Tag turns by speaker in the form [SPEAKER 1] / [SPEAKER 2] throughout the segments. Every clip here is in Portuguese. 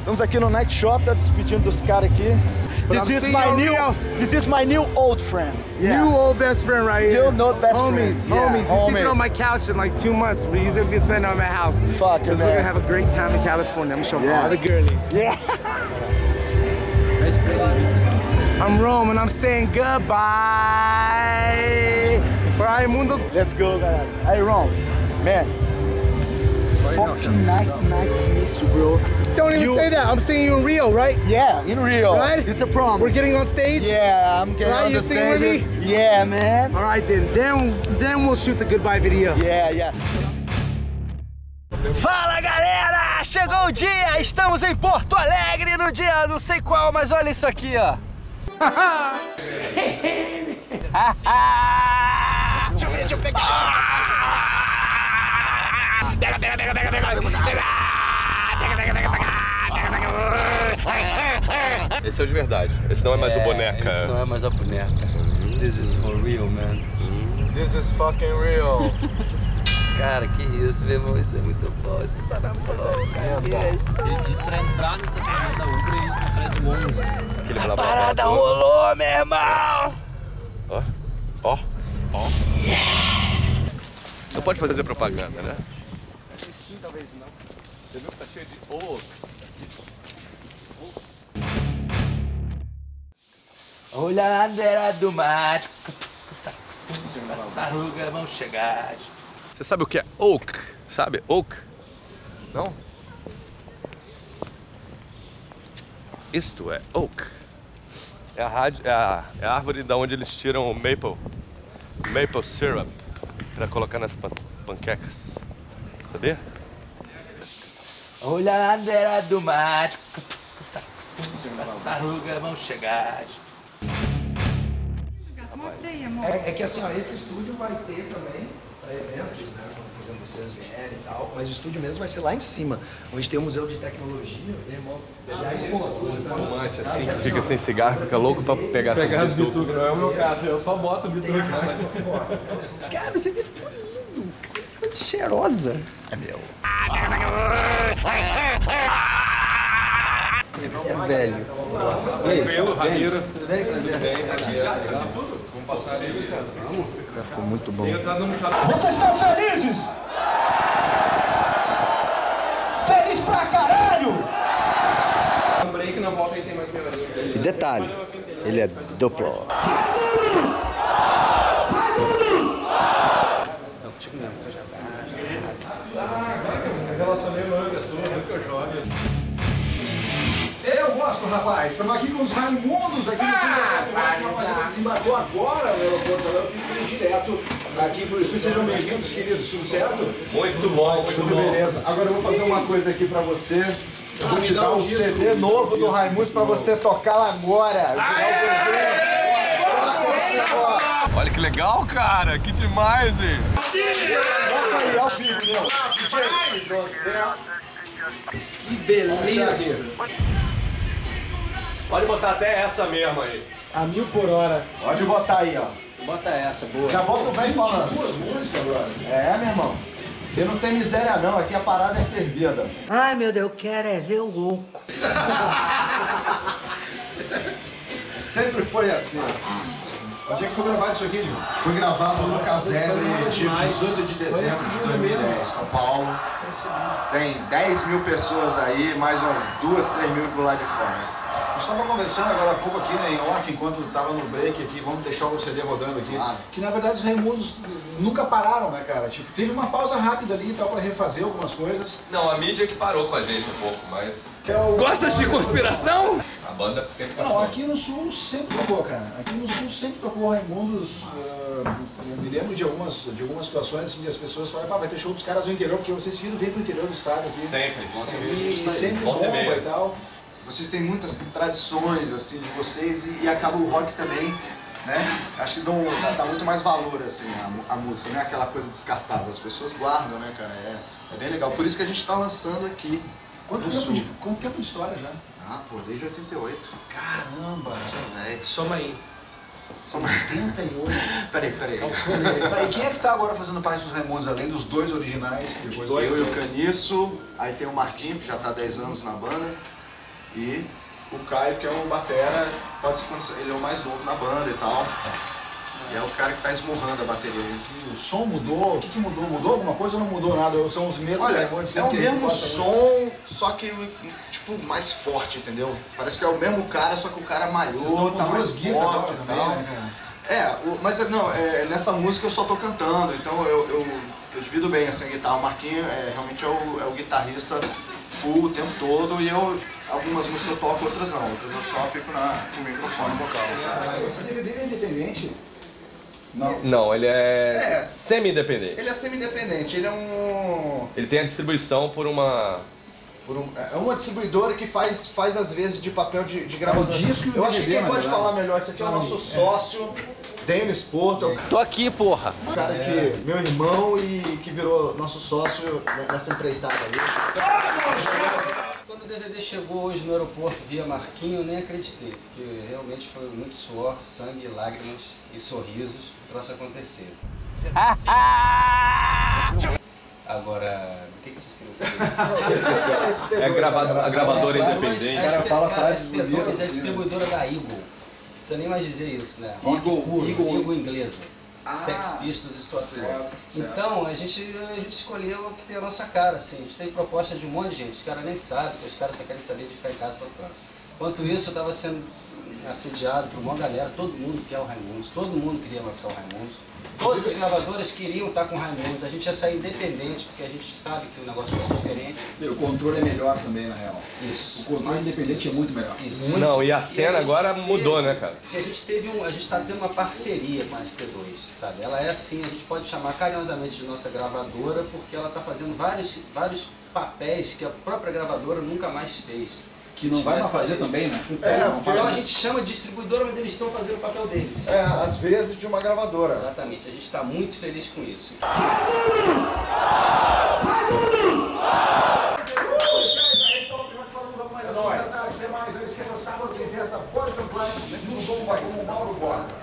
[SPEAKER 1] Estamos aqui no Night Shop, tá despedindo dos caras aqui. This
[SPEAKER 2] Pra
[SPEAKER 1] is
[SPEAKER 2] see
[SPEAKER 3] é
[SPEAKER 1] my
[SPEAKER 2] you
[SPEAKER 1] new,
[SPEAKER 2] real.
[SPEAKER 1] this is my new old friend.
[SPEAKER 2] New old best friend right here.
[SPEAKER 1] New old best
[SPEAKER 2] homies,
[SPEAKER 1] friend. Yeah,
[SPEAKER 2] Homies, He's sleeping
[SPEAKER 1] homies.
[SPEAKER 2] on my couch in like two months, but he's gonna be spending on my house.
[SPEAKER 1] Fuck,
[SPEAKER 2] Because we're
[SPEAKER 1] man.
[SPEAKER 2] gonna have a great time in California. I'm gonna show
[SPEAKER 1] Yeah.
[SPEAKER 2] all the girlies.
[SPEAKER 1] Yeah.
[SPEAKER 2] I'm Rome and I'm saying goodbye. Raimundo's
[SPEAKER 1] Let's go, galera. Aí, Ron, man. Fucking nice, nice to meet you, bro.
[SPEAKER 2] Don't even
[SPEAKER 1] You-
[SPEAKER 2] say that. I'm seeing you in Rio, right?
[SPEAKER 1] Yeah, in Rio.
[SPEAKER 2] Right?
[SPEAKER 1] It's a prom.
[SPEAKER 2] We're getting on stage.
[SPEAKER 1] Yeah, I'm getting
[SPEAKER 2] Right,
[SPEAKER 1] on
[SPEAKER 2] you
[SPEAKER 1] the
[SPEAKER 2] singing with
[SPEAKER 1] stage. Yeah, man.
[SPEAKER 2] All right then. Then then we'll shoot the goodbye video.
[SPEAKER 1] Yeah, yeah.
[SPEAKER 2] Fala galera! Chegou o dia! Estamos em Porto Alegre no dia não sei qual, mas olha isso aqui, ó. deixa eu ver, deixa eu pegar. Pega, pega, pega, pega, pega.
[SPEAKER 4] Esse é o de verdade. Esse não é mais o boneca.
[SPEAKER 5] Isso não é mais a boneca. This is for real, man.
[SPEAKER 2] This is fucking real.
[SPEAKER 5] Cara, que isso, meu irmão. Isso é muito bom. Isso tá na mão, cara.
[SPEAKER 2] é
[SPEAKER 6] Ele diz pra entrar no estacionamento da Uber e ir pra trás do ônibus.
[SPEAKER 4] Aquele blá, blá, blá,
[SPEAKER 5] Parada
[SPEAKER 4] todo.
[SPEAKER 5] rolou, meu irmão!
[SPEAKER 4] Ó, ó. Não pode fazer propaganda, né? Talvez sim, talvez não. Você viu que tá cheio de oaks?
[SPEAKER 5] Olha na beira do mar. As tartarugas vão chegar.
[SPEAKER 4] Você sabe o que é oak? Sabe? Oak? Não? Isto é oak. É a, rádio, é a, é a árvore da onde eles tiram o maple, maple syrup pra colocar nas pan- panquecas. Sabia?
[SPEAKER 5] Olha na beira do mar. As tartarugas vão chegar.
[SPEAKER 7] Mostra aí, amor.
[SPEAKER 5] É, é que assim, ó, esse estúdio vai ter também para eventos, né? Como, por exemplo, vocês vierem e tal. Mas o estúdio mesmo vai ser lá em cima, onde tem o Museu de Tecnologia, né, irmão? E aí, pô,
[SPEAKER 4] Fumante, assim, que fica sem cigarro, fica louco pra pegar, pegar essas bitucas.
[SPEAKER 5] cara, esse aqui ficou lindo. que Coisa cheirosa. É meu. É velho.
[SPEAKER 8] Vocês estão felizes? Feliz pra caralho!
[SPEAKER 5] E detalhe, ele é duplo.
[SPEAKER 9] Eu gosto, rapaz. Estamos aqui com os Raimundos aqui no Brasil. Desembarcou agora no aeroporto. Eu fico indo direto aqui pro estúdio. Sejam bem-vindos, queridos. Tudo certo?
[SPEAKER 4] Muito bom, Ah, muito
[SPEAKER 9] Tudo beleza. Agora eu vou fazer uma coisa aqui pra você. Eu vou te dar um CD novo do Raimundos pra você tocar lá agora.
[SPEAKER 4] Olha que legal, cara, que demais, hein?
[SPEAKER 9] Toca aí ao vivo, meu.
[SPEAKER 4] Pode botar até essa mesmo aí.
[SPEAKER 9] Pode botar aí, ó. Bota essa, boa. Já volto bem falando. duas músicas agora. É, meu irmão. Eu não tenho miséria não, aqui a parada é servida.
[SPEAKER 7] Ai, meu Deus, eu quero é ver o louco.
[SPEAKER 9] Sempre foi assim.
[SPEAKER 3] Onde é que foi gravado isso aqui, Diego? Foi gravado no Casebre,
[SPEAKER 9] é
[SPEAKER 3] dia 18 de dezembro
[SPEAKER 9] né?
[SPEAKER 3] de 2010, São Paulo. Tem 10 mil pessoas aí, mais umas 2, 3 mil do lado de fora. Eu estava conversando agora há pouco aqui, né, em off, enquanto estava no break aqui, vamos deixar o CD rodando aqui. Que na verdade os Raimundos nunca pararam, né, cara? Tipo, teve uma pausa rápida ali e tal para refazer algumas coisas.
[SPEAKER 4] Não, a mídia que parou com a gente um pouco, mas
[SPEAKER 9] Que é o...
[SPEAKER 4] Gostas de conspiração? A banda sempre
[SPEAKER 3] Não, aqui no Sul sempre tocou, cara. Aqui no Sul sempre tocou Raimundos. ah, eu me lembro de algumas, de algumas situações assim, de as pessoas falarem, pá, vai ter show dos caras no interior, porque vocês filhos vêm pro interior do estado aqui.
[SPEAKER 4] Sempre,
[SPEAKER 3] E sempre
[SPEAKER 4] Volta e
[SPEAKER 3] bomba
[SPEAKER 4] meia.
[SPEAKER 3] e tal. Vocês têm muitas tradições assim de vocês e, acaba o rock também, né? Acho que dão, dá, muito mais valor assim à, música, não é aquela coisa descartável. As pessoas guardam, né, cara? É, bem legal. Por isso que a gente tá lançando aqui.
[SPEAKER 9] Quanto,
[SPEAKER 3] no
[SPEAKER 9] tempo
[SPEAKER 3] Sul.
[SPEAKER 9] de, quanto tempo de história já?
[SPEAKER 3] Ah, pô, desde 88.
[SPEAKER 9] Caramba,
[SPEAKER 3] Véi.
[SPEAKER 5] Soma aí.
[SPEAKER 3] São
[SPEAKER 9] 38.
[SPEAKER 3] Peraí, peraí.
[SPEAKER 9] Peraí, quem é que tá agora fazendo
[SPEAKER 3] fazendo parte dos Raimundos, além dos dois originais, que depois
[SPEAKER 9] Dois,
[SPEAKER 3] eu e o
[SPEAKER 9] né?
[SPEAKER 3] Caniço, aí tem o Marquinho, que já tá há 10 anos na banda,
[SPEAKER 1] E o Caio, que é o batera, pode se condicionar- ele é o mais novo na banda e tal. E é o cara que tá esmurrando a bateria.
[SPEAKER 3] O som mudou? O que, que mudou? Mudou alguma coisa ou não mudou nada? São os mesmos
[SPEAKER 1] Olha,
[SPEAKER 3] demônios
[SPEAKER 1] é o
[SPEAKER 3] que
[SPEAKER 1] mesmo
[SPEAKER 3] bota-
[SPEAKER 1] som, só que tipo mais forte, entendeu? Parece que é o mesmo cara, só que o cara
[SPEAKER 3] Vocês estão
[SPEAKER 1] malhou,
[SPEAKER 3] com
[SPEAKER 1] tá
[SPEAKER 3] duas
[SPEAKER 1] mais
[SPEAKER 3] guitarras
[SPEAKER 1] forte e
[SPEAKER 3] também,
[SPEAKER 1] tal.
[SPEAKER 3] né,
[SPEAKER 1] É, o- mas não, é, nessa música eu só tô cantando, então eu, eu, eu divido bem assim a guitarra. O Marquinho é, realmente é o, é o guitarrista full o tempo todo e eu algumas músicas eu toco, outras não. Outras eu só fico na, com o microfone vocal.
[SPEAKER 3] cara? Esse DVD é independente?
[SPEAKER 4] Não, ele é,
[SPEAKER 1] É.
[SPEAKER 4] semi-independente.
[SPEAKER 1] Ele é semi-independente, ele é um.
[SPEAKER 4] Ele tem a distribuição por uma.
[SPEAKER 1] por um- é uma distribuidora que faz, faz às vezes de papel de, de gravador.
[SPEAKER 3] É o disco e o
[SPEAKER 1] Eu acho que
[SPEAKER 3] DVD,
[SPEAKER 1] quem
[SPEAKER 3] na
[SPEAKER 1] pode
[SPEAKER 3] verdade.
[SPEAKER 1] falar melhor, esse aqui é o nosso sócio, Denis Porto, é o
[SPEAKER 2] Tô aqui, porra.
[SPEAKER 1] cara
[SPEAKER 3] é
[SPEAKER 1] que, meu irmão e que virou nosso sócio nessa empreitada ali.
[SPEAKER 10] Quando o DVD chegou hoje no aeroporto via Marquinho, eu nem acreditei, porque realmente foi muito suor, sangue, lágrimas e sorrisos para isso acontecer. Agora, o que, que vocês queriam saber?
[SPEAKER 4] É gravado, a gravadora
[SPEAKER 10] A
[SPEAKER 4] independente.
[SPEAKER 3] cara
[SPEAKER 10] ST
[SPEAKER 3] fala
[SPEAKER 10] cara,
[SPEAKER 3] frases
[SPEAKER 10] a ST2
[SPEAKER 3] bonitas,
[SPEAKER 10] é a
[SPEAKER 3] né?
[SPEAKER 10] distribuidora da Eagle. Não precisa nem mais dizer isso, né? Eagle, Eagle, Ah, Eagle inglesa. Sex Pistols e sua turma. Então, a gente, a gente escolheu o que tem a nossa cara, assim. A gente tem proposta de um monte de gente. Os caras nem sabem, porque os caras só querem saber de ficar em casa tocando. Enquanto isso, eu estava sendo assediado por uma galera. Todo mundo quer o Raimundos, todo mundo queria lançar o Raimundos. Todas as gravadoras queriam estar com o Raimundos. A gente ia sair independente, porque a gente sabe que o negócio é diferente.
[SPEAKER 3] O controle é melhor também, na real.
[SPEAKER 10] Isso.
[SPEAKER 3] O controle
[SPEAKER 10] Mas
[SPEAKER 3] independente
[SPEAKER 10] isso.
[SPEAKER 3] é muito melhor.
[SPEAKER 10] Isso.
[SPEAKER 4] Não, e a cena
[SPEAKER 10] E a gente
[SPEAKER 4] agora
[SPEAKER 10] teve-
[SPEAKER 4] mudou, né, cara?
[SPEAKER 10] E a gente teve um, a gente está tendo uma parceria com a ST2, sabe? Ela é assim, a gente pode chamar carinhosamente de nossa gravadora porque ela está fazendo vários, vários papéis que a própria gravadora nunca mais fez.
[SPEAKER 3] Que não vai mais fazer também, né?
[SPEAKER 10] É,
[SPEAKER 3] Não,
[SPEAKER 10] então a
[SPEAKER 3] vai.
[SPEAKER 10] gente chama de distribuidora, mas eles estão fazendo o papel deles.
[SPEAKER 1] É, às vezes de uma gravadora.
[SPEAKER 10] Exatamente, a gente está muito feliz com isso.
[SPEAKER 3] Demais, não esqueça, sábado tem festa pós-campanha no Dom País, com Mauro Borges.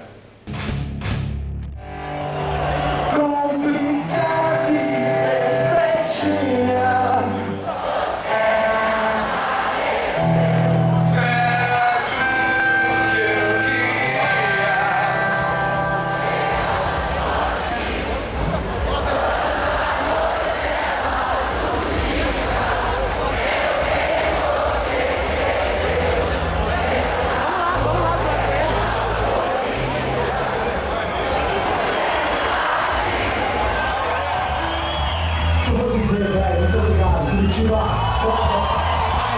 [SPEAKER 8] Vou dizer, velho, muito obrigado. Curtiu lá? Foda.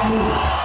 [SPEAKER 8] Ai,